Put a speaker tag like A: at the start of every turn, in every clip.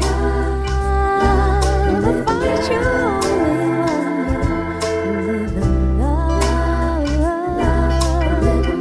A: Love, find you only one. Live in love, live in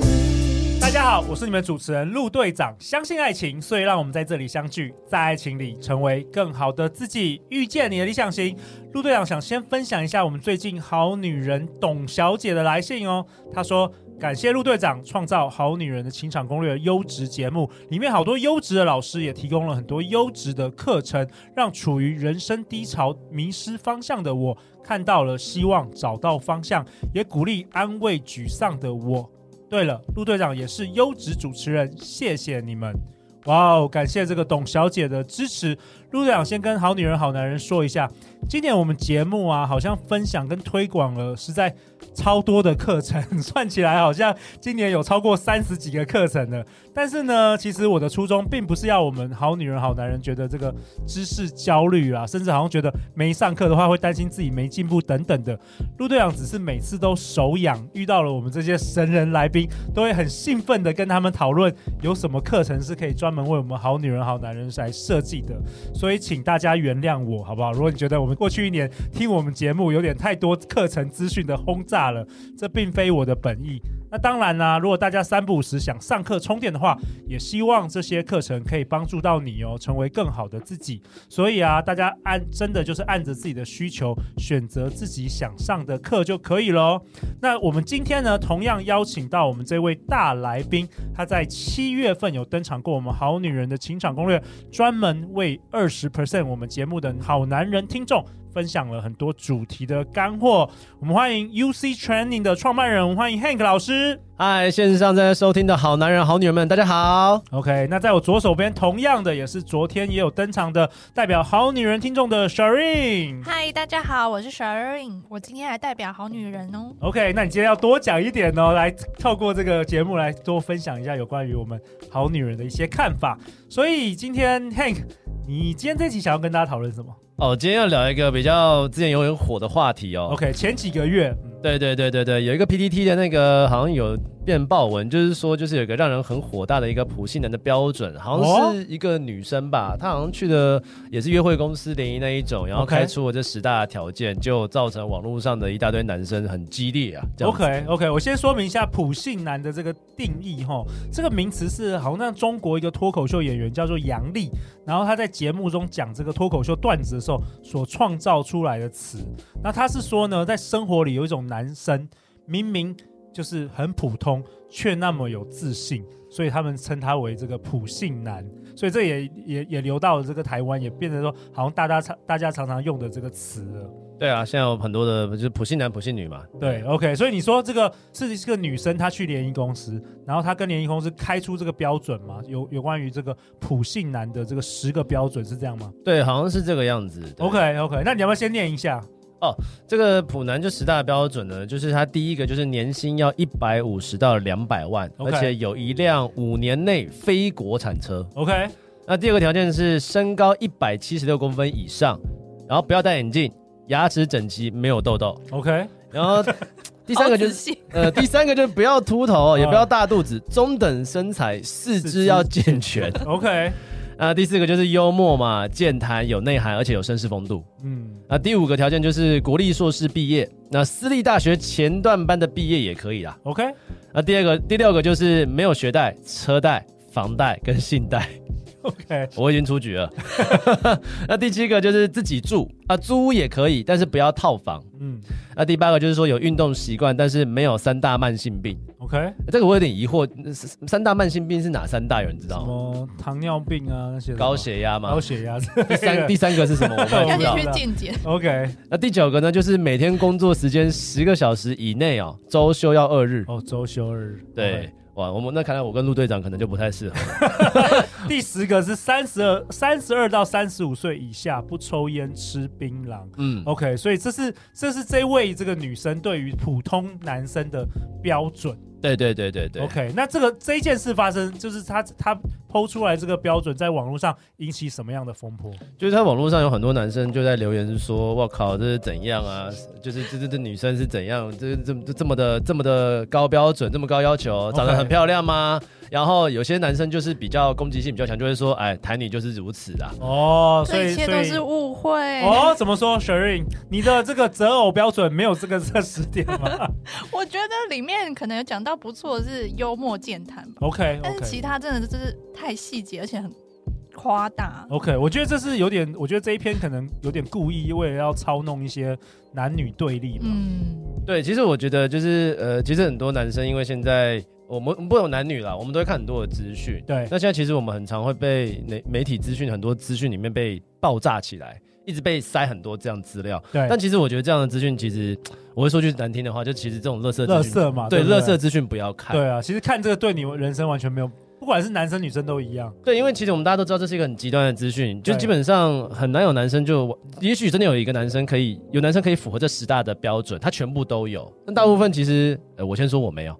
A: love.
B: 大家好，我是你们主持人陆队长。相信爱情，所以让我们在这里相聚，在爱情里成为更好的自己，遇见你的理想型。陆队长想先分享一下我们最近好女人董小姐的来信哦。她说：“感谢陆队长创造《好女人的情场攻略》优质节目，里面好多优质的老师也提供了很多优质的课程，让处于人生低潮、迷失方向的我看到了希望，找到方向，也鼓励安慰沮丧的我对了，陆队长也是优质主持人，谢谢你们！哇哦，感谢这个董小姐的支持。陆队长先跟好女人、好男人说一下，今年我们节目啊，好像分享跟推广了实在超多的课程， 算起来好像今年有超过三十几个课程了。但是呢，其实我的初衷并不是要我们好女人、好男人觉得这个知识焦虑啦，甚至好像觉得没上课的话会担心自己没进步等等的。陆队长只是每次都手痒，遇到了我们这些神人来宾，都会很兴奋的跟他们讨论有什么课程是可以专门为我们好女人、好男人来设计的。所以请大家原谅我，好不好？如果你觉得我们过去一年听我们节目有点太多课程资讯的轰炸了，这并非我的本意。那当然啦、如果大家三不五时想上课充电的话，也希望这些课程可以帮助到你哦，成为更好的自己。所以啊，大家按真的就是按着自己的需求选择自己想上的课就可以喽。那我们今天呢，同样邀请到我们这位大来宾，他在七月份有登场过我们《好女人的情场攻略》，专门为二十 percent 我们节目的好男人听众分享了很多主题的干货。我们欢迎 UC Training 的创办人，我们欢迎 Hank 老师。
C: 嗨，线上正在收听的好男人、好女人们，大家好。
B: OK，那在我左手边，同样的也是昨天也有登场的代表好女人听众的 Sharin。
D: 嗨，大家好，我是 Sharon，我今天来代表好女人哦。
B: OK，那你今天要多讲一点哦，来透过这个节目来多分享一下有关于我们好女人的一些看法。所以今天 Hank，你今天这期想要跟大家讨论什么
C: 哦，今天要聊一个比较之前有点火的话题哦。
B: ？OK，前几个月，嗯
C: 对对对对对，有一个 PPT 的那个好像有变爆文，就是说就是有一个让人很火大的一个普信男的标准，好像是一个女生吧，她好像去的也是约会公司联谊那一种，然后
B: OK
C: 开出了这十大条件，就造成网络上的一大堆男生很激烈啊。这样子
B: OK OK，我先说明一下普信男的这个定义哈，这个名词是好像中国一个脱口秀演员叫做杨笠，然后他在节目中讲这个脱口秀段子的时候所创造出来的词。那他是说呢，在生活里有一种男生明明就是很普通，却那么有自信，所以他们称他为这个普信男。所以这也也也流到了这个台湾，也变成说好像大家常大家常常用的这个词了。
C: 对啊，现在有很多的就是普信男、普信女嘛。
B: 对，OK，所以你说这个是这个女生她去联谊公司，然后她跟联谊公司开出这个标准嘛？有有关于这个普信男的这个十个标准是这样吗
C: 对，好像是这个样子。对
B: ？OK OK，那你要不要先念一下？
C: 这个普南就十大标准呢，就是它第一个就是年薪要一百五十到两百万
B: OK
C: 而且有一辆五年内非国产车。
B: OK，
C: 那第二个条件是身高一百七十六公分以上，然后不要戴眼镜，牙齿整齐，没有痘痘。
B: OK，
C: 然 后第三个就
D: 好仔
C: 是
D: 细
C: 呃，第三个就是不要秃头，哦 也
B: 嗯
C: 不要大肚子，中等身材，四肢要健全。
B: OK，
C: 那第四个就是幽默嘛，健谈，有内涵，而且有绅士风度。
B: 嗯
C: 那第五个条件就是国立硕士毕业，那私立大学前段班的毕业也可以啦。
B: ，OK，
C: 那第二个、第六个就是没有学贷、车贷、房贷跟信贷，
B: OK，
C: 我已经出局了。 那第七个就是自己住啊，租屋也可以，但是不要套房。
B: 嗯
C: 那第八个就是说有运动习惯，但是没有三大慢性病。
B: ，OK，
C: 这个我有点疑惑，三三大慢性病是哪三大？有人知
B: 什
C: 道吗？
B: 么糖尿病啊那些的吗
C: 高血压吗
B: 高？血压，
C: 第三第三个是什么？我不
B: 要
C: 太
D: 要
C: 知
B: 进
C: 道
D: 去。见见。
B: OK，
C: 那第九个呢，就是每天工作时间十个小时以内哦，周休要二日。
B: 哦，周休二日，
C: 对，哇，我们那看来我跟陆队长可能就不太适合。
B: OK。第十个是三十二、三十二到三十五岁以下不抽烟、吃槟榔。
C: 嗯，
B: OK，所以这是这是这位这个女生对于普通男生的标准。
C: 对对对对对
B: OK，那这个这一件事发生，就是他他抛出来这个标准，在网络上引起什么样的风波？
C: 就是他网络上有很多男生就在留言是说，我靠，这是怎样啊？就是这这这女生是怎样？这这这这么的这么的高标准，这么高要求，长得
B: OK
C: 很漂亮吗然后有些男生就是比较攻击性比较强，就会说，哎，台女就是如此啊啦。
B: 哦，所
D: 这
B: 以
D: 一切
B: 所
D: 都
B: 以
D: 是误会。
B: 哦，怎么说 s h e r i n 你的这个择偶标准没有这个这十点 吗
D: 我觉得里面可能有讲到不错的是幽默健谈吧，
B: ？OK
D: 但是其
B: OK
D: 他真的就是太细节，而且很夸大。
B: OK，我觉得这是有点，我觉得这一篇可能有点故意，为了要操弄一些男女对立嘛。
D: 嗯，
C: 对，其实我觉得就是呃，其实很多男生因为现在我们我们不有男女啦，我们都会看很多的资讯。
B: 对，
C: 那现在其实我们很常会被媒媒体资讯很多资讯里面被爆炸起来，一直被塞很多这样资料。
B: 对，
C: 但其实我觉得这样的资讯，其实我会说句难听的话，就其实这种垃圾
B: 乐
C: 资讯，
B: 色嘛，
C: 对
B: 乐
C: 垃圾资讯不要看。
B: 对啊，其实看这个对你人生完全没有，不管是男生女生都一样。
C: 对因为其实我们大家都知道这是一个很极端的资讯，就
B: 对
C: 基本上很难有男生就，也许真的有一个男生可以有男生可以符合这十大的标准，他全部都有。但大部分其实，呃，我先说我 没有，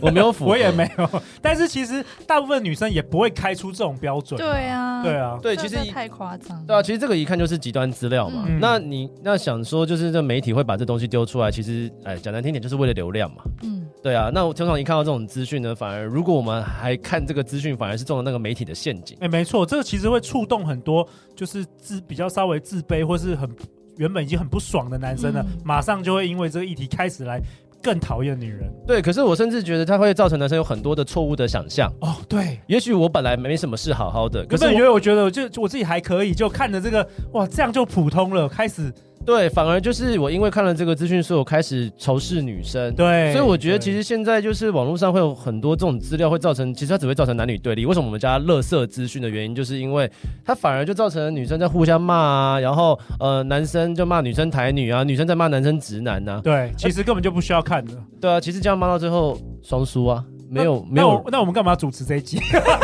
C: 我没有符合，
B: 我也。没有， 但是其实大部分女生也不会开出这种标准。
D: 对啊，
B: 对，啊，
C: 对，其实
D: 太夸张。
C: 对啊，其实这个一看就是极端资料嘛。
B: 嗯
C: 那你那想说，就是这媒体会把这东西丢出来，其实哎讲难听点，就是为了流量嘛。
D: 嗯，
C: 对啊，那我通常一看到这种资讯呢，反而如果我们还看这个资讯，反而是中了那个媒体的陷阱。
B: 哎、没错，这个其实会触动很多，就是自比较稍微自卑或是很原本已经很不爽的男生呢，
D: 嗯
B: 马上就会因为这个议题开始来更讨厌女人。
C: 对，可是我甚至觉得它会造成男生有很多的错误的想象。
B: 哦，对。
C: 也许我本来没什么事好好的，可
B: 原
C: 是
B: 本以
C: 我
B: 为我觉得我就我自己还可以，就看着这个哇，这样就普通了，开始
C: 对，反而就是我因为看了这个资讯，所以我开始仇视女生。
B: 对。
C: 所以我觉得其
B: 实
C: 实现在就是网络上会有很多这种资料，会造成其实它只会造成男女对立。为什么我们叫它垃圾资讯的原因，就是因为它反而就造成了女生在互相骂啊，然后呃男生就骂女生台女啊，女生在骂男生直男呐、
B: 对，其实根本就不需要看的。
C: 对啊，其实这样骂到最后双输啊，没有没
B: 那我
C: 有。
B: 那我们干嘛主持这一集？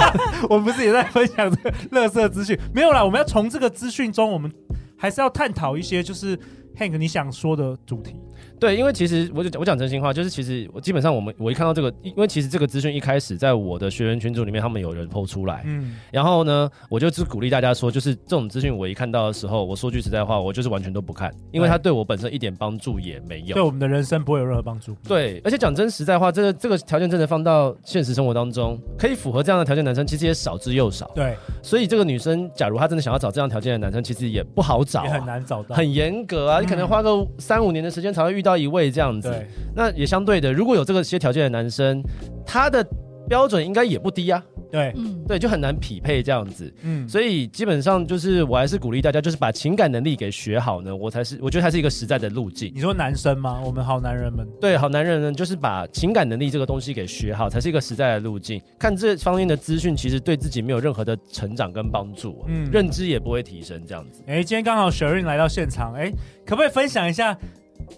B: 我们不是也在分享这个乐色资讯？没有啦，我们要从这个资讯中，我们还是要探讨一些就是 Hank 你想说的主题。
C: 对，因为其实我就讲我讲真心话，就是其实我基本上我们我一看到这个，因为其实这个资讯一开始在我的学员群组里面，他们有人抛出来，
B: 嗯，
C: 然后呢，我就只鼓励大家说，就是这种资讯我一看到的时候，我说句实在话，我就是完全都不看，因为它对我本身一点帮助也没
B: 对
C: 有。
B: 我们的人生不会有任何帮助。
C: 对，而且讲真实在话，这个这个条件真的放到现实生活当中，可以符合这样的条件的男生其实也少之又少。
B: 对，
C: 所以这个女生，假如她真的想要找这样条件的男生，其实也不好找、
B: 也很
C: 啊，
B: 难找到。
C: 很严格啊，你可能花个三五年的时间才会遇到一位这样子。
B: 对，
C: 那也相对的，如果有这个些条件的男生，他的标准应该也不低啊，
B: 对，
D: 嗯，
C: 对，就很难匹配这样子。
B: 嗯，
C: 所以基本上就是，我还是鼓励大家，就是把情感能力给学好呢，我才是我觉得它是一个实在的路径。
B: 你说男生吗？我们好男人们，
C: 对，好男人呢，就是把情感能力这个东西给学好，才是一个实在的路径。看这方面的资讯，其实对自己没有任何的成长跟帮助、
B: 嗯
C: 嗯，认知也不会提升，这样子。
B: 哎、今天刚好 Sherin 来到现场，哎、可不可以分享一下？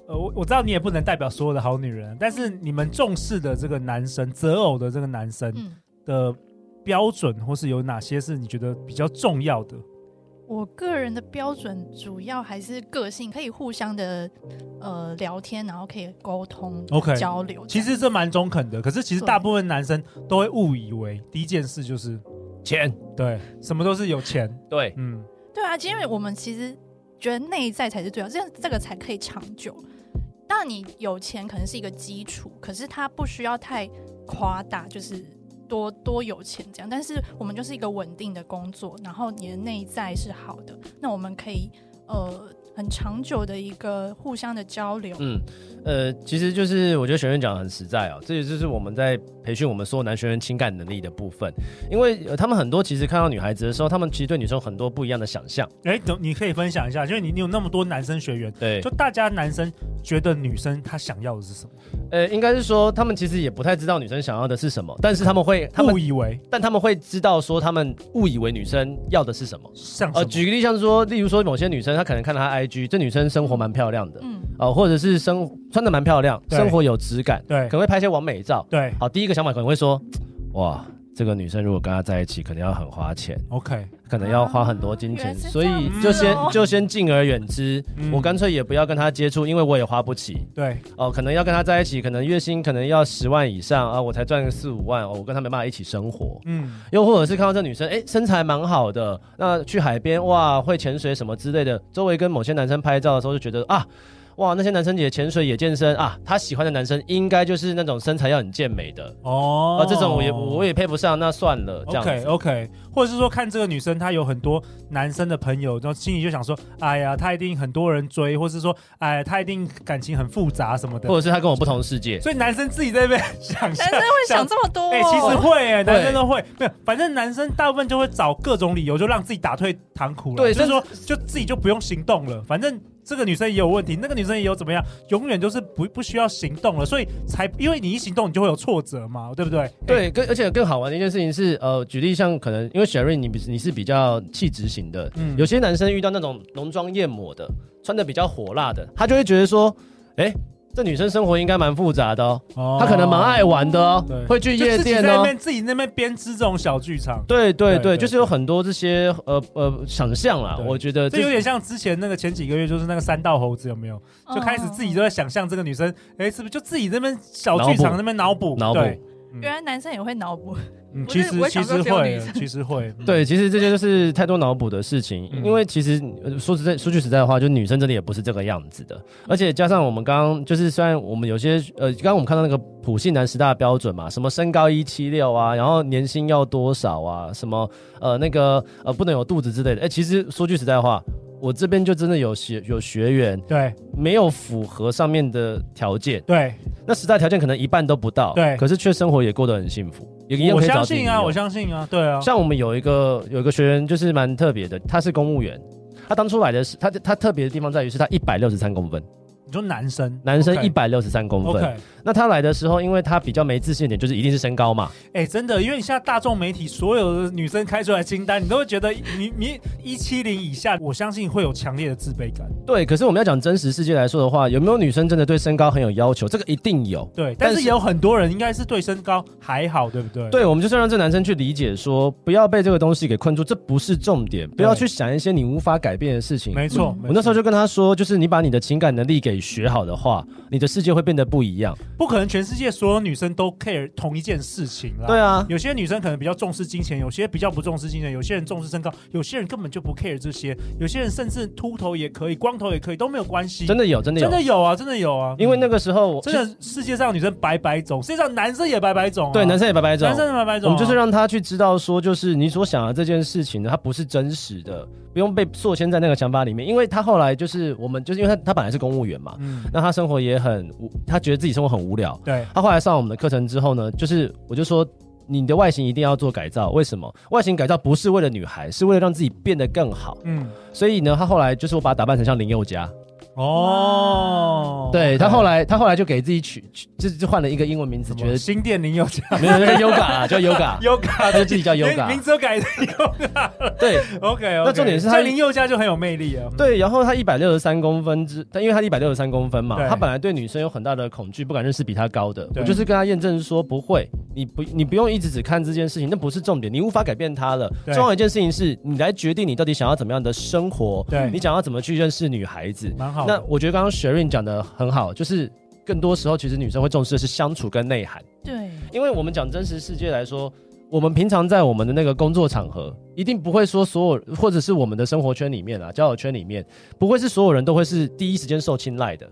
B: 呃，我我知道你也不能代表所有的好女人，但是你们重视的这个男生择偶的这个男生，
D: 嗯，
B: 的标准，或是有哪些是你觉得比较重要的？
D: 我个人的标准主要还是个性，可以互相的呃聊天，然后可以沟通
B: OK
D: 交流。
B: 其实这蛮中肯的，可是其实
D: 对
B: 大部分男生都会误以为第一件事就是
C: 钱，
B: 对什么都是有钱，
C: 对，
B: 嗯，
D: 对啊，因为我们其实觉得内在才是最好，这样这个才可以长久。当然，你有钱可能是一个基础，可是它不需要太夸大，就是多多有钱这样。但是我们就是一个稳定的工作，然后你的内在是好的，那我们可以呃很长久的一个互相的交流。
C: 嗯，呃，其实就是我觉得学员讲得很实在哦，这也就是我们在培训我们所有男学员情感能力的部分，因为、呃、他们很多其实看到女孩子的时候，他们其实对女生有很多不一样的想象，
B: 哎、等你可以分享一下，因为你你有那么多男生学员，
C: 对
B: 就大家男生觉得女生她想要的是什么？
C: 呃，应该是说他们其实也不太知道女生想要的是什么，但是他们会，他们
B: 误以为
C: 但他们会知道说他们误以为女生要的是什么。
B: 像什
C: 呃，
B: 么？
C: 举个例，像是说，例如说某些女生，她可能看到她 IG，这女生生活蛮漂亮的，
D: 嗯，
C: 呃，或者是生穿的蛮漂亮，
B: 对
C: 生活有质感，
B: 对
C: 可能会拍一些完美照。
B: 对
C: 好，第一个想法可能会说，哇，这个女生如果跟他在一起，可能要很花钱，
B: OK，
C: 可能要花很多金
D: 原
C: 钱，
D: 来是
C: 所
D: 这样
C: 以
D: 子
C: 就先
D: 哦
C: 就先敬而远之。
B: 嗯
C: 我干脆也不要跟他接触，因为我也花不起
B: 对，
C: 哦。可能要跟他在一起，可能月薪可能要十万以上啊，我才赚个四五万、哦，我跟他没办法一起生活。
B: 嗯，
C: 又或者是看到这女生，哎、身材蛮好的，那去海边哇，会潜水什么之类的，周围跟某些男生拍照的时候就觉得啊，哇，那些男生也潜水也健身啊，他喜欢的男生应该就是那种身材要很健美的
B: 哦
C: 啊，这种我也我也配不上，那算了，这样子。
B: OK OK，或者是说看这个女生她有很多男生的朋友，然后心里就想说，哎呀，她一定很多人追，或是说，哎，她一定感情很复杂什么的
C: 或。者是他跟我不同世界，
B: 所以男生自己在那边想象
D: 男，生会想这么多、哦，
B: 哎、其实会哎、
C: 对
B: 男生都会，没有，反正男生大部分就会找各种理由，就让自己打退堂鼓了。
C: 对
B: 就是说，就自己就不用行动了。反正这个女生也有问题，那个女生也有怎么样，永远就是不不需要行动了，所以才因为你一行动，你就会有挫折嘛，对不对？哎，
C: 对，更而且更好玩的一件事情是，呃，举例像可能因为 Sherry 你比你是比较气质型的，
B: 嗯
C: 有些男生遇到那种浓妆艳抹的，穿的比较火辣的，他就会觉得说，哎、这女生生活应该蛮复杂的哦，
B: 哦
C: 她可能蛮爱玩的哦
B: 对，
C: 会去
B: 就
C: 夜
B: 自己
C: 店
B: 在那
C: 哦。
B: 边自己那边编织这种小剧场。
C: 对对
B: 对对
C: 对，就是有很多这些呃呃想象啦，
B: 对
C: 我觉得
B: 这有点像之前那个前几个月，就是那个三道猴子有没有？
D: 嗯
B: 就开始自己都在想象这个女生，哎、是不是就自己那边小
C: 脑
B: 剧
C: 补
B: 场那边脑补？
C: 脑补
B: 对，
D: 嗯原来男生也会脑补，
B: 嗯，
D: 我
B: 其
D: 是
B: 实
D: 我
B: 其
D: 想
B: 实
D: 说只有
B: 会
D: 女，生
B: 其实会， 嗯
C: 对，其实这些就是太多脑补的事情，
B: 嗯
C: 因为其实呃说实在，说句实在话，就女生真的也不是这个样子的，而且加上我们刚刚就是，虽然我们有些呃，刚刚我们看到那个普信男十大标准嘛，什么身高一七六啊，然后年薪要多少啊，什么呃那个呃不能有肚子之类的，哎，其实说句实在话。我这边就真的有学有学员
B: 对
C: 没有符合上面的条件，
B: 对，
C: 那十大条件可能一半都不到，
B: 对
C: 可是却生活也过得很幸福，也一样
B: 我
C: 可以
B: 相
C: 找自己
B: 信啊，
C: 一样
B: 我相信啊，对啊，
C: 像我们有一个有一个学员就是蛮特别的，他是公务员，他当初来的是他他特别的地方在于是他一百六十三公分，
B: 你说男生，
C: 男生
B: OK
C: 一百六十三公分。
B: OK，
C: 那他来的时候，因为他比较没自信一点，就是一定是身高嘛，
B: 哎、真的，因为你现在大众媒体所有的女生开出来的清单，你都会觉得你你一七零以下，我相信会有强烈的自卑感。
C: 对。可是我们要讲真实世界来说的话，有没有女生真的对身高很有要求？这个一定有。
B: 对，但
C: 但
B: 是
C: 是
B: 也有很多人应该是对身高还好，对不对？
C: 对，我们就是要让这男生去理解说，不要被这个东西给困住，这不是重点，不要去想一些你无法改变的事情。
B: 没错，
C: 嗯我那时
B: 候
C: 候就跟他说，就是你把你的情感能力给学好的话，你的世界会变得不一样。
B: 不可能全世界所有女生都 care 同一件事情啦。
C: 对啊，
B: 有些女生可能比较重视金钱，有些比较不重视金钱，有些人重视身高，有些人根本就不 care 这些，有些人甚至秃头也可以，光头也可以，都没有关系。
C: 真的有，真的有
B: 真，的有啊，真的有啊，
C: 因为那个时候我
B: 真的世界上女生百百种，世界上男生也百百种、
C: 对男生也白白
B: 也
C: 种，
B: 啊男生也百百
C: 我
B: 种、啊
C: 们就是。让他去知道说，就是你所想的这件事情呢，它不是真实的，不用被塑迁在那个想法里面。因为他后来就是我们就是因为他他本来是公务员嘛，
B: 嗯，
C: 那他生活也很无，他觉得自己生活很无聊。
B: 对，
C: 他后来上我们的课程之后呢，就是我就说。你的外形一定要做改造，为什么？外形改造不是为了女孩，是为了让自己变得更好。
B: 嗯，
C: 所以呢，他后来就是我把他打扮成像林宥嘉，
B: 哦，
C: 对他后
B: 来
C: 来他后来就给自己取，取就就换了一个英文名字，觉得
B: 新店林有 家
C: 没有，叫 Yoga 啊，叫 Yoga，
B: Yoga，
C: 他就自己叫 Yoga
B: 名字都改成 Yoga 了。
C: 对
B: OK，
C: 那重点是他
B: 林宥嘉就很有魅力啊。
C: 对。然后他一百六十三公分之，但因为他一百六十三公分嘛
B: 对，
C: 他本来对女生有很大的恐惧，不敢认识比他高的。
B: 对
C: 我就是跟他验证说，不会，你不你不用一直只看这件事情，那不是重点，你无法改变他了。
B: 对
C: 重要的一件事情是你来决定你到底想要怎么样的生活，
B: 对
C: 你想要怎么去认识女孩子。
B: 蛮好的。
C: 那我觉得刚刚 Sherin 讲的很好，就是更多时候其实女生会重视的是相处跟内涵。
D: 对，
C: 因为我们讲真实世界来说，我们平常在我们的那个工作场合，一定不会说所有，或者是我们的生活圈里面啊，交友圈里面，不会是所有人都会是第一时间受青睐的。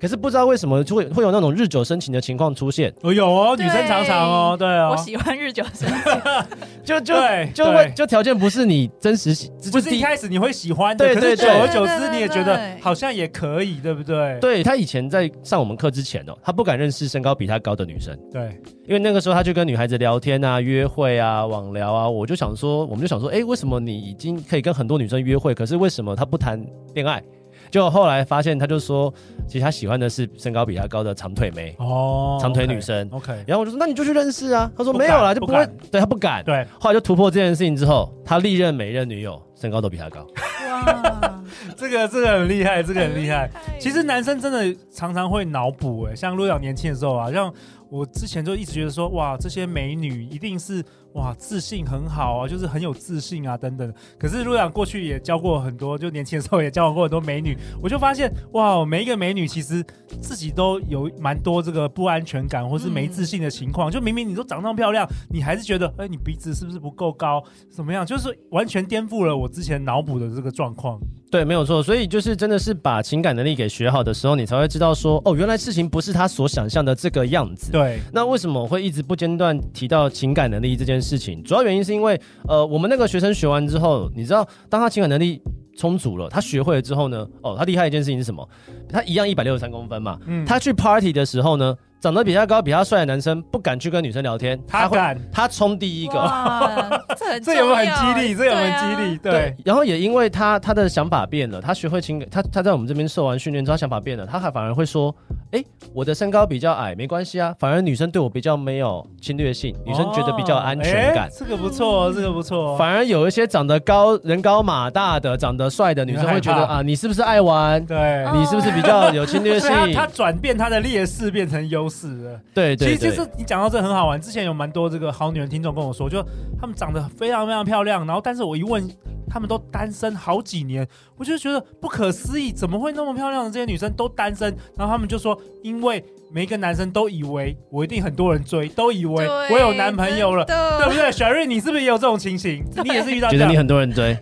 C: 可是不知道为什么就会会有那种日久生情的情况出现，
B: 我有哦，
D: 对
B: 女生常常哦，对哦
D: 我，喜欢日久生情，
C: 就就
B: 对
C: 就
B: 对
C: 会就条件不是你真实喜，
B: 不
C: 就是第
B: 一
C: 一。
B: 开始你会喜欢的，
C: 对
B: 可是
C: 对
B: 久
C: 对
B: 而久
D: 对
B: 之
D: 对
B: 你也
D: 对
B: 觉得
D: 对
B: 好像也可以，对不对？
C: 对他以前在上我们课之前哦，他不敢认识身高比他高的女生，
B: 对
C: 因为那个时候他就跟女孩子聊天啊、约会啊、网聊啊，我就想说，我们就想说，哎，为什么你已经可以跟很多女生约会，可是为什么他不谈恋爱？就后来发现，他就说，其实他喜欢的是身高比他高的长腿妹。
B: 哦，
C: 长腿女生
B: OK，
C: 然后我就说，那你就去认识啊。他说
B: 不敢
C: 没有啦，就不会
B: 不敢。
C: 对他不敢。
B: 对，
C: 后来就突破这件事情之后，他历任每一任女友身高都比他高。
D: 哇，
B: 这个这个很厉 害，这个很厉害。
D: 害
B: 其实男生真的常常会脑补，欸哎，像陆遥年轻的时候啊，像我之前就一直觉得说，哇，这些美女一定是哇，自信很好啊，就是很有自信啊，等等。可是陆长过去也教过很多，就年轻的时候也交往过很多美女，我就发现哇，每一个美女其实自己都有蛮多这个不安全感或是没自信的情况。就明明你都长那么漂亮，你还是觉得哎，你鼻子是不是不够高？怎么样？就是完全颠覆了我之前脑补的这个状况。
C: 对，没有错。所以就是真的是把情感能力给学好的时候，你才会知道说，哦，原来事情不是他所想象的这个样子。
B: 对，
C: 那为什么我会一直不间断提到情感能力这件事情？主要原因是因为，呃，我们那个学生学完之后，你知道，当他情感能力充足了，他学会了之后呢，哦，他厉害的一件事情是什么？他一样一百六十三公分嘛，
B: 嗯，
C: 他去 party 的时候呢，长得比他高、比他帅的男生不敢去跟女生聊天，
B: 他
C: 会
B: 敢，
C: 他冲第一个。
D: 哇，这 很
B: 这有没有很
D: 重要
B: 激励？这有没有很激？
D: 对啊
B: 励？对，，
C: 然后也因为他他的想法变了，他学会情感，他他在我们这边受完训练之后，他想法变了，他还反而会说，哎，我的身高比较矮，没关系啊，反而女生对我比较没有侵略性，女生觉得比较有安全感
B: 哦哎。这个不错，这个不错。
C: 反而有一些长得高、人高马大的、长得帅的女生会觉得
B: 很害怕
C: 啊，你是不是爱玩？
B: 对，
D: 哦
C: 你是不是比较有侵略性
B: 所以？他 他转变他的劣势变成优势了。
C: 对
B: 其
C: 对
B: 实其
C: 对
B: 实，你讲到这很好玩，之前有蛮多这个好女人听众跟我说，就她们长得非常非常漂亮，然后但是我一问，她们都单身好几年，我就觉得不可思议，怎么会那么漂亮的这些女生都单身？然后她们就说，因为每一个男生都以为我一定很多人追，都以为
D: 啊对
B: 我有男朋友了。
D: 真
B: 对
D: 的
B: 不对，小瑞，你是不是也有这种情形？你也是遇到这
C: 觉得你
B: 样
C: 很多人追，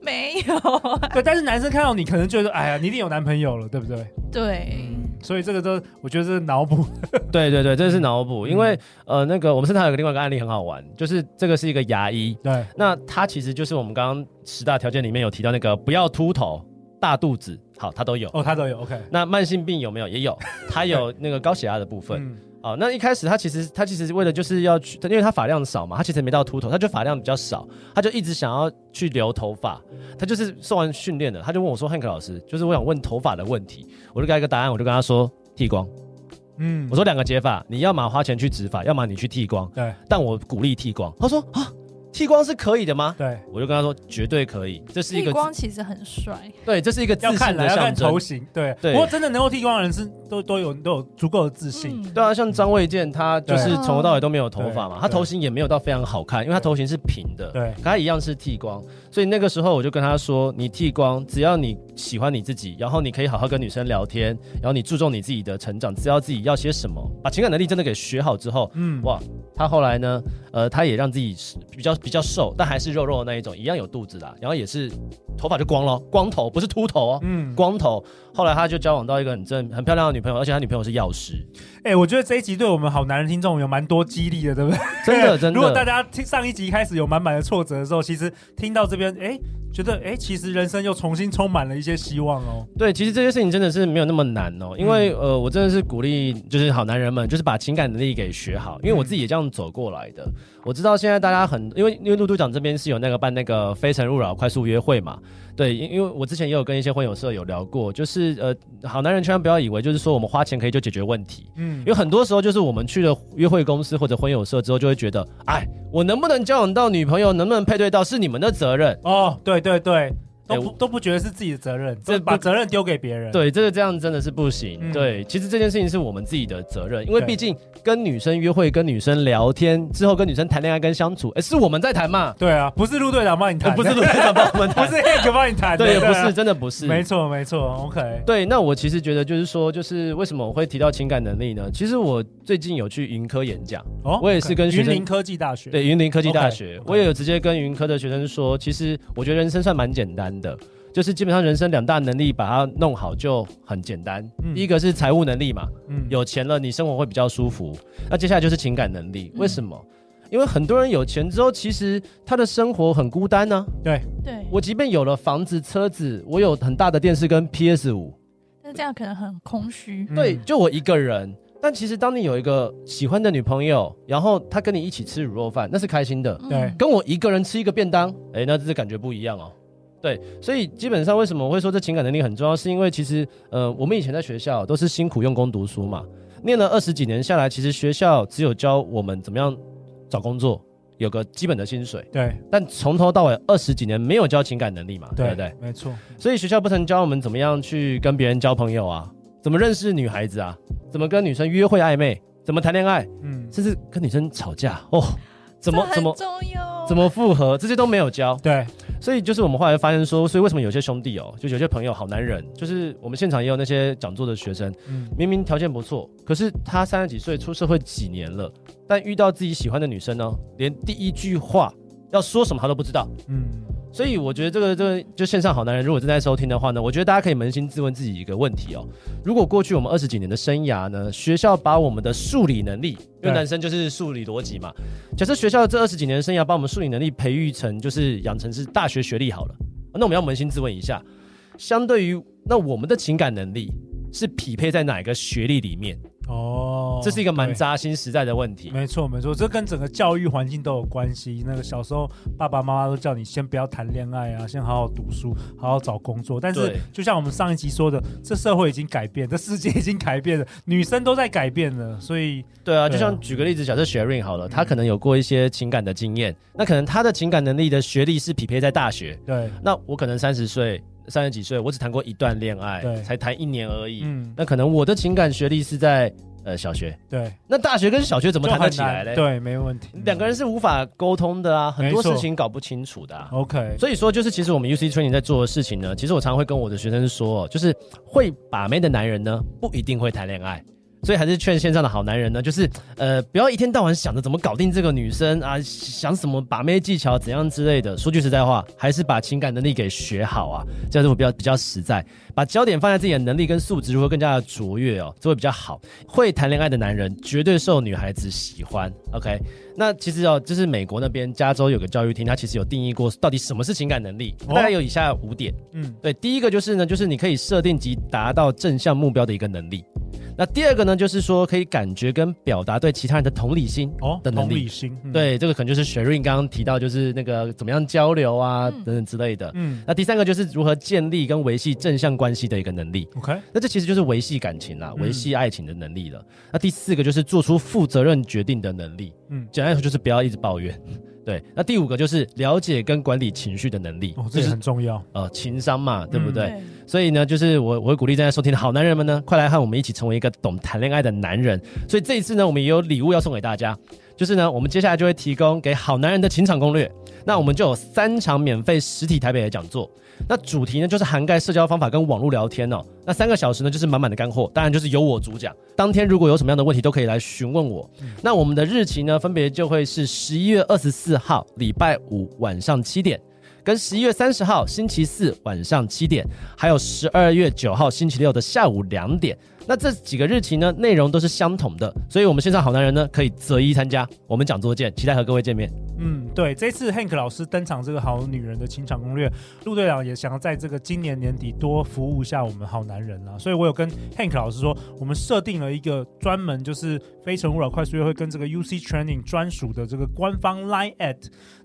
D: 没有，
B: 对，但是男生看到你可能觉得，哎呀，你一定有男朋友了，对不对？
D: 对，
B: 嗯，所以这个都我觉得这是脑补，
C: 对对对，这是脑补。
B: 嗯
C: 因为呃，那个我们身上还有个另外一个案例很好玩，就是这个是一个牙医，
B: 对，
C: 那他其实就是我们刚刚十大条件里面有提到那个不要秃头、大肚子，好，他都有。
B: 哦，他都有，OK，
C: 那慢性病有没有？也有，他有那个高血压的部分。
B: 嗯，
C: 哦，那一开始他其实他其实为了就是要去，因为他发量少嘛，他其实没到秃头，他就发量比较少，他就一直想要去留头发。他就是受完训练的，他就问我说：“汉哎克老师，就是我想问头发的问题。”我就给他一个答案，我就跟他说：“剃光。”
B: 嗯
C: 我说两个解法，你要么花钱去植发，要么你去剃光。
B: 对
C: 但我鼓励剃光。他说：“啊，剃光是可以的吗
B: 对，？”
C: 我就跟他说：“绝对可以，这是一
D: 剃
C: 个
D: 光其实很帅，
C: 对，这是一个自
B: 要看
C: 信
B: 啦
C: 的
B: 要看
C: 象
B: 头
C: 征。”
B: 型，对，
C: 对
B: 不过真的能够剃光的人是都都有都有足够的自信，
D: 嗯
C: 对啊，像张卫健，他就是
D: 对
C: 从头到尾都没有头发嘛
B: 对，
C: 他头型也没有到非常好看，因为他头型是平的，
B: 对
C: 可他一样是剃光，所以那个时候我就跟他说，你剃光，只要你喜欢你自己，然后你可以好好跟女生聊天，然后你注重你自己的成长，知道自己要些什么，把情感能力真的给学好之后，
B: 嗯，
C: 哇，他后来呢，呃，他也让自己是比较比较瘦，但还是肉肉的那一种，一样有肚子啦，然后也是头发就光咯，光头不是秃头哦。
B: 嗯，
C: 光头，后来他就交往到一个很正、很漂亮的女朋友，而且他女朋友是药师，
B: 哎、我觉得这一集对我们好男人听众有蛮多激励的，对不对？
C: 真 的真的。
B: 哎如果大家听上一集开始有满满的挫折的时候，其实听到这边，哎、觉得哎、其实人生又重新充满了一些希望哦。
C: 对，其实这些事情真的是没有那么难哦，因
B: 嗯
C: 为、呃，我真的是鼓励就是好男人们，就是把情感能力给学好，因为我自己
B: 嗯
C: 也这样走过来的。我知道现在大家很，因为因为陆队长这边是有那个办那个《非诚勿扰》快速约会嘛，对，因因为我之前也有跟一些婚友社有聊过，就是呃，好男人千万不要以为就是说我们花钱可以就解决问题。
B: 嗯
C: 因，为很多时候就是我们去了约会公司或者婚友社之后，就会觉得，哎，我能不能交往到女朋友，能不能配对到，是你们的责任。
B: 哦，对对对，都
C: 哎
B: 不、
C: 我
B: 都不觉得是自己的责任，
C: 这
B: 这把
C: 不
B: 责任丢给别人。，
C: 对，这个这样真的是不行。
B: 嗯
C: 对，其实这件事情是我们自己的责任，因为
B: 对
C: 毕竟跟女生约会、跟女生聊天之后，跟女生谈恋爱、跟相处，哎，是我们在谈嘛，
B: 对啊，不是陆队长帮你
C: 呃
B: 谈，
C: 不是对方帮我们
B: 不
C: 谈
B: 是。Hank 帮你谈的，
C: 对，也不
B: 啊
C: 是，真的不是。
B: 没错没错，OK，
C: 对，那我其实觉得就是说，就是为什么我会提到情感能力呢？其实我最近有去云科演讲，
B: 哦
C: 我也是跟
B: OK，
C: 学
B: 云
C: 生
B: 林科技大学，
C: 对，云林科技大
B: OK，
C: 学
B: OK
C: 我也有直接跟云科的学生说，其实我觉得人生算蛮简单的，就是基本上人生两大能力把它弄好就很简单。
B: 嗯
C: 第一个是财务能力嘛，
B: 嗯，
C: 有钱了，你生活会比较舒服。那接下来就是情感能
B: 嗯
C: 力，为什么？因为很多人有钱之后，其实他的生活很孤单呢、啊
D: 对，
C: 我即便有了房子、车子，我有很大的电视跟 PS 五，
D: 那这样可能很空虚，
B: 嗯
C: 对，就我一个人。但其实当你有一个喜欢的女朋友，然后她跟你一起吃卤肉饭，那是开心的。
D: 嗯
B: 对
C: 跟我一个人吃一个便当，哎，那这感觉不一样哦。对，所以基本上为什么我会说这情感能力很重要，是因为其实呃，我们以前在学校都是辛苦用功读书嘛，念了二十几年下来，其实学校只有教我们怎么样找工作，有个基本的薪水，
B: 对
C: 但从头到尾二十几年没有教情感能力嘛，对
B: 对
C: 不对？
B: 没错，
C: 所以学校不曾教我们怎么样去跟别人交朋友啊，怎么认识女孩子啊，怎么跟女生约会暧昧，怎么谈恋爱，
B: 嗯，
C: 甚至跟女生吵架哦，怎
D: 这
C: 么
D: 很
C: 怎么
D: 重要？
C: 怎么复合，这些都没有教。
B: 对，
C: 所以就是我们后来发现说，所以为什么有些兄弟哦，就有些朋友好男人，就是我们现场也有那些讲座的学生，
B: 嗯，
C: 明明条件不错，可是他三十几岁出社会几年了，但遇到自己喜欢的女生呢，连第一句话要说什么他都不知道。
B: 嗯，
C: 所以我觉得这个这个就线上好男人，如果正在收听的话呢，我觉得大家可以扪心自问自己一个问题哦：如果过去我们二十几年的生涯呢，学校把我们的数理能力，因
B: 对
C: 为男生就是数理逻辑嘛，假设学校这二十几年的生涯把我们数理能力培育成就是养成是大学学历好了，那我们要扪心自问一下，相对于那我们的情感能力是匹配在哪一个学历里面？
B: 哦，
C: 这是一个蛮
B: 对
C: 扎心实在的问题。
B: 没错，没
C: 嗯
B: 错，这跟整个教育环境都有关系。那个小时候，爸爸妈妈都叫你先不要谈恋爱啊，先好好读书，好好找工作。但是
C: 对，
B: 就像我们上一集说的，这社会已经改变，这世界已经改变了，女生都在改变了，所以
C: 对
B: 对啊
C: 啊，
B: 嗯
C: 就像举个例子，假设 Sharon 好了，她可能有过一些情感的经验，那可能她的情感能力的学历是匹配在大学。
B: 对，
C: 那我可能三十岁、三十几岁，我只谈过一段恋爱
B: 对，
C: 才谈一年而已。
B: 嗯，
C: 那可能我的情感学历是在呃小学，
B: 对，
C: 那大学跟小学怎
B: 我
C: 么谈得起来嘞？
B: 对，没问题。
C: 两个人是无法沟通的啊，很
B: 没
C: 多
B: 错
C: 事情搞不清楚的、啊。
B: ，OK，
C: 所以说，就是其实我们 UC Training 在做的事情呢，其实我常会跟我的学生说哦，就是会把妹的男人呢，不一定会谈恋爱。所以还是劝线上的好男人呢，就是呃，不要一天到晚想着怎么搞定这个女生啊，想什么把妹技巧怎样之类的。说句实在话，还是把情感能力给学好啊，这样子会比较比较实在，把焦点放在自己的能力跟素质如何更加的卓越哦，这会比较好。会谈恋爱的男人绝对受女孩子喜欢。OK，那其实哦，就是美国那边加州有个教育厅，它其实有定义过到底什么是情感能力，
B: 哦
C: 大概有以下五点。
B: 嗯，
C: 对，第一个就是呢，就是你可以设定及达到正向目标的一个能力。那第二个呢，就是说可以感觉跟表达对其他人的同理心
B: 哦，
C: 的能
B: 同
C: 力。
B: 理心，嗯，
C: 对，这个可能就是雪润刚刚提到，就是那个怎么样交流啊、
D: 嗯
C: 等等之类的。
B: 嗯
C: 那第三个就是如何建立跟维系正向关系的一个能力。
B: ，OK，
C: 那这其实就是维系感情啦，
B: 嗯
C: 维系爱情的能力了。那第四个就是做出负责任决定的能力。
B: 嗯
C: 嗯，简单来说就是不要一直抱怨。对，那第五个就是了解跟管理情绪的能力，
B: 哦，这
C: 就
B: 也
C: 是
B: 很嗯重要。
C: 呃情商嘛，对不对？
D: 对，
C: 所以呢，就是我我会鼓励正在收听的好男人们呢，快来和我们一起成为一个懂谈恋爱的男人。所以这一次呢，我们也有礼物要送给大家，就是呢，我们接下来就会提供给好男人的情场攻略。那我们就有三场免费实体台北的讲座，那主题呢就是涵盖社交方法跟网络聊天哦。那三个小时呢就是满满的干货，当然就是由我主讲。当天如果有什么样的问题都可以来询问我。那我们的日期呢分别就会是十一月二十四号礼拜五晚上七点，跟十一月三十号星期四晚上七点。还有十二月九号星期六的下午两点。那这几个日期呢，内容都是相同的，所以我们线上好男人呢可以择一参加。我们讲座见，期待和各位见面。
B: 嗯，对，这次 Hank 老师登场这个《好女人的情场攻略》，陆队长也想要在这个今年年底多服务一下我们好男人啊啦，所以我有跟 Hank 老师说，我们设定了一个专门就是《非诚勿扰》快速约会跟这个 UC Training 专属的这个官方 Line at。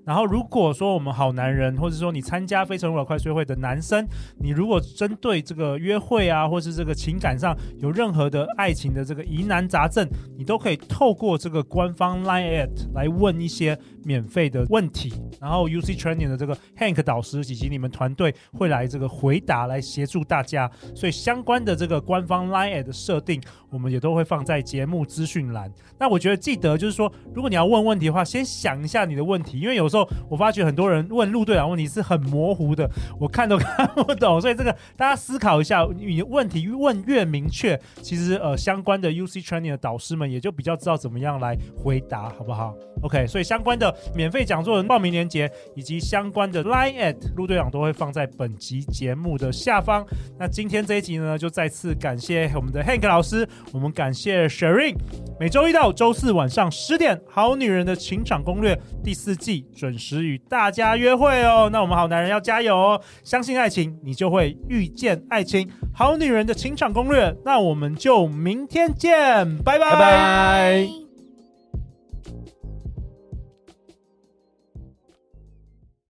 B: 然后如果说我们好男人，或者说你参加《非诚勿扰》快速约会的男生，你如果针对这个约会啊，或是这个情感上有任何的爱情的这个疑难杂症，你都可以透过这个官方 Line at 来问一些免费的问题，然后 UC Training 的这个 Hank 导师以及你们团队会来这个回答，来协助大家。所以相关的这个官方 Line at 的设定，我们也都会放在节目资讯栏。那我觉得记得就是说，如果你要问问题的话，先想一下你的问题，因为有时候我发觉很多人问陆队长问题是很模糊的，我看都看不懂，所以这个大家思考一下，你问题问越明确，其实呃相关的 UC Training 的导师们也就比较知道怎么样来回答，好不好？OK，所以相关的免费讲座的报名链接以及相关的 Line at 陆队长都会放在本集节目的下方。那今天这一集呢，就再次感谢我们的 Hank 老师，我们感谢 Sharing。每周一到周四晚上十点，《好女人的情场攻略》第四季准时与大家约会哦。那我们好男人要加油哦！相信爱情，你就会遇见爱情。《好女人的情场攻略》，那我们就明天见，拜拜
C: 拜拜。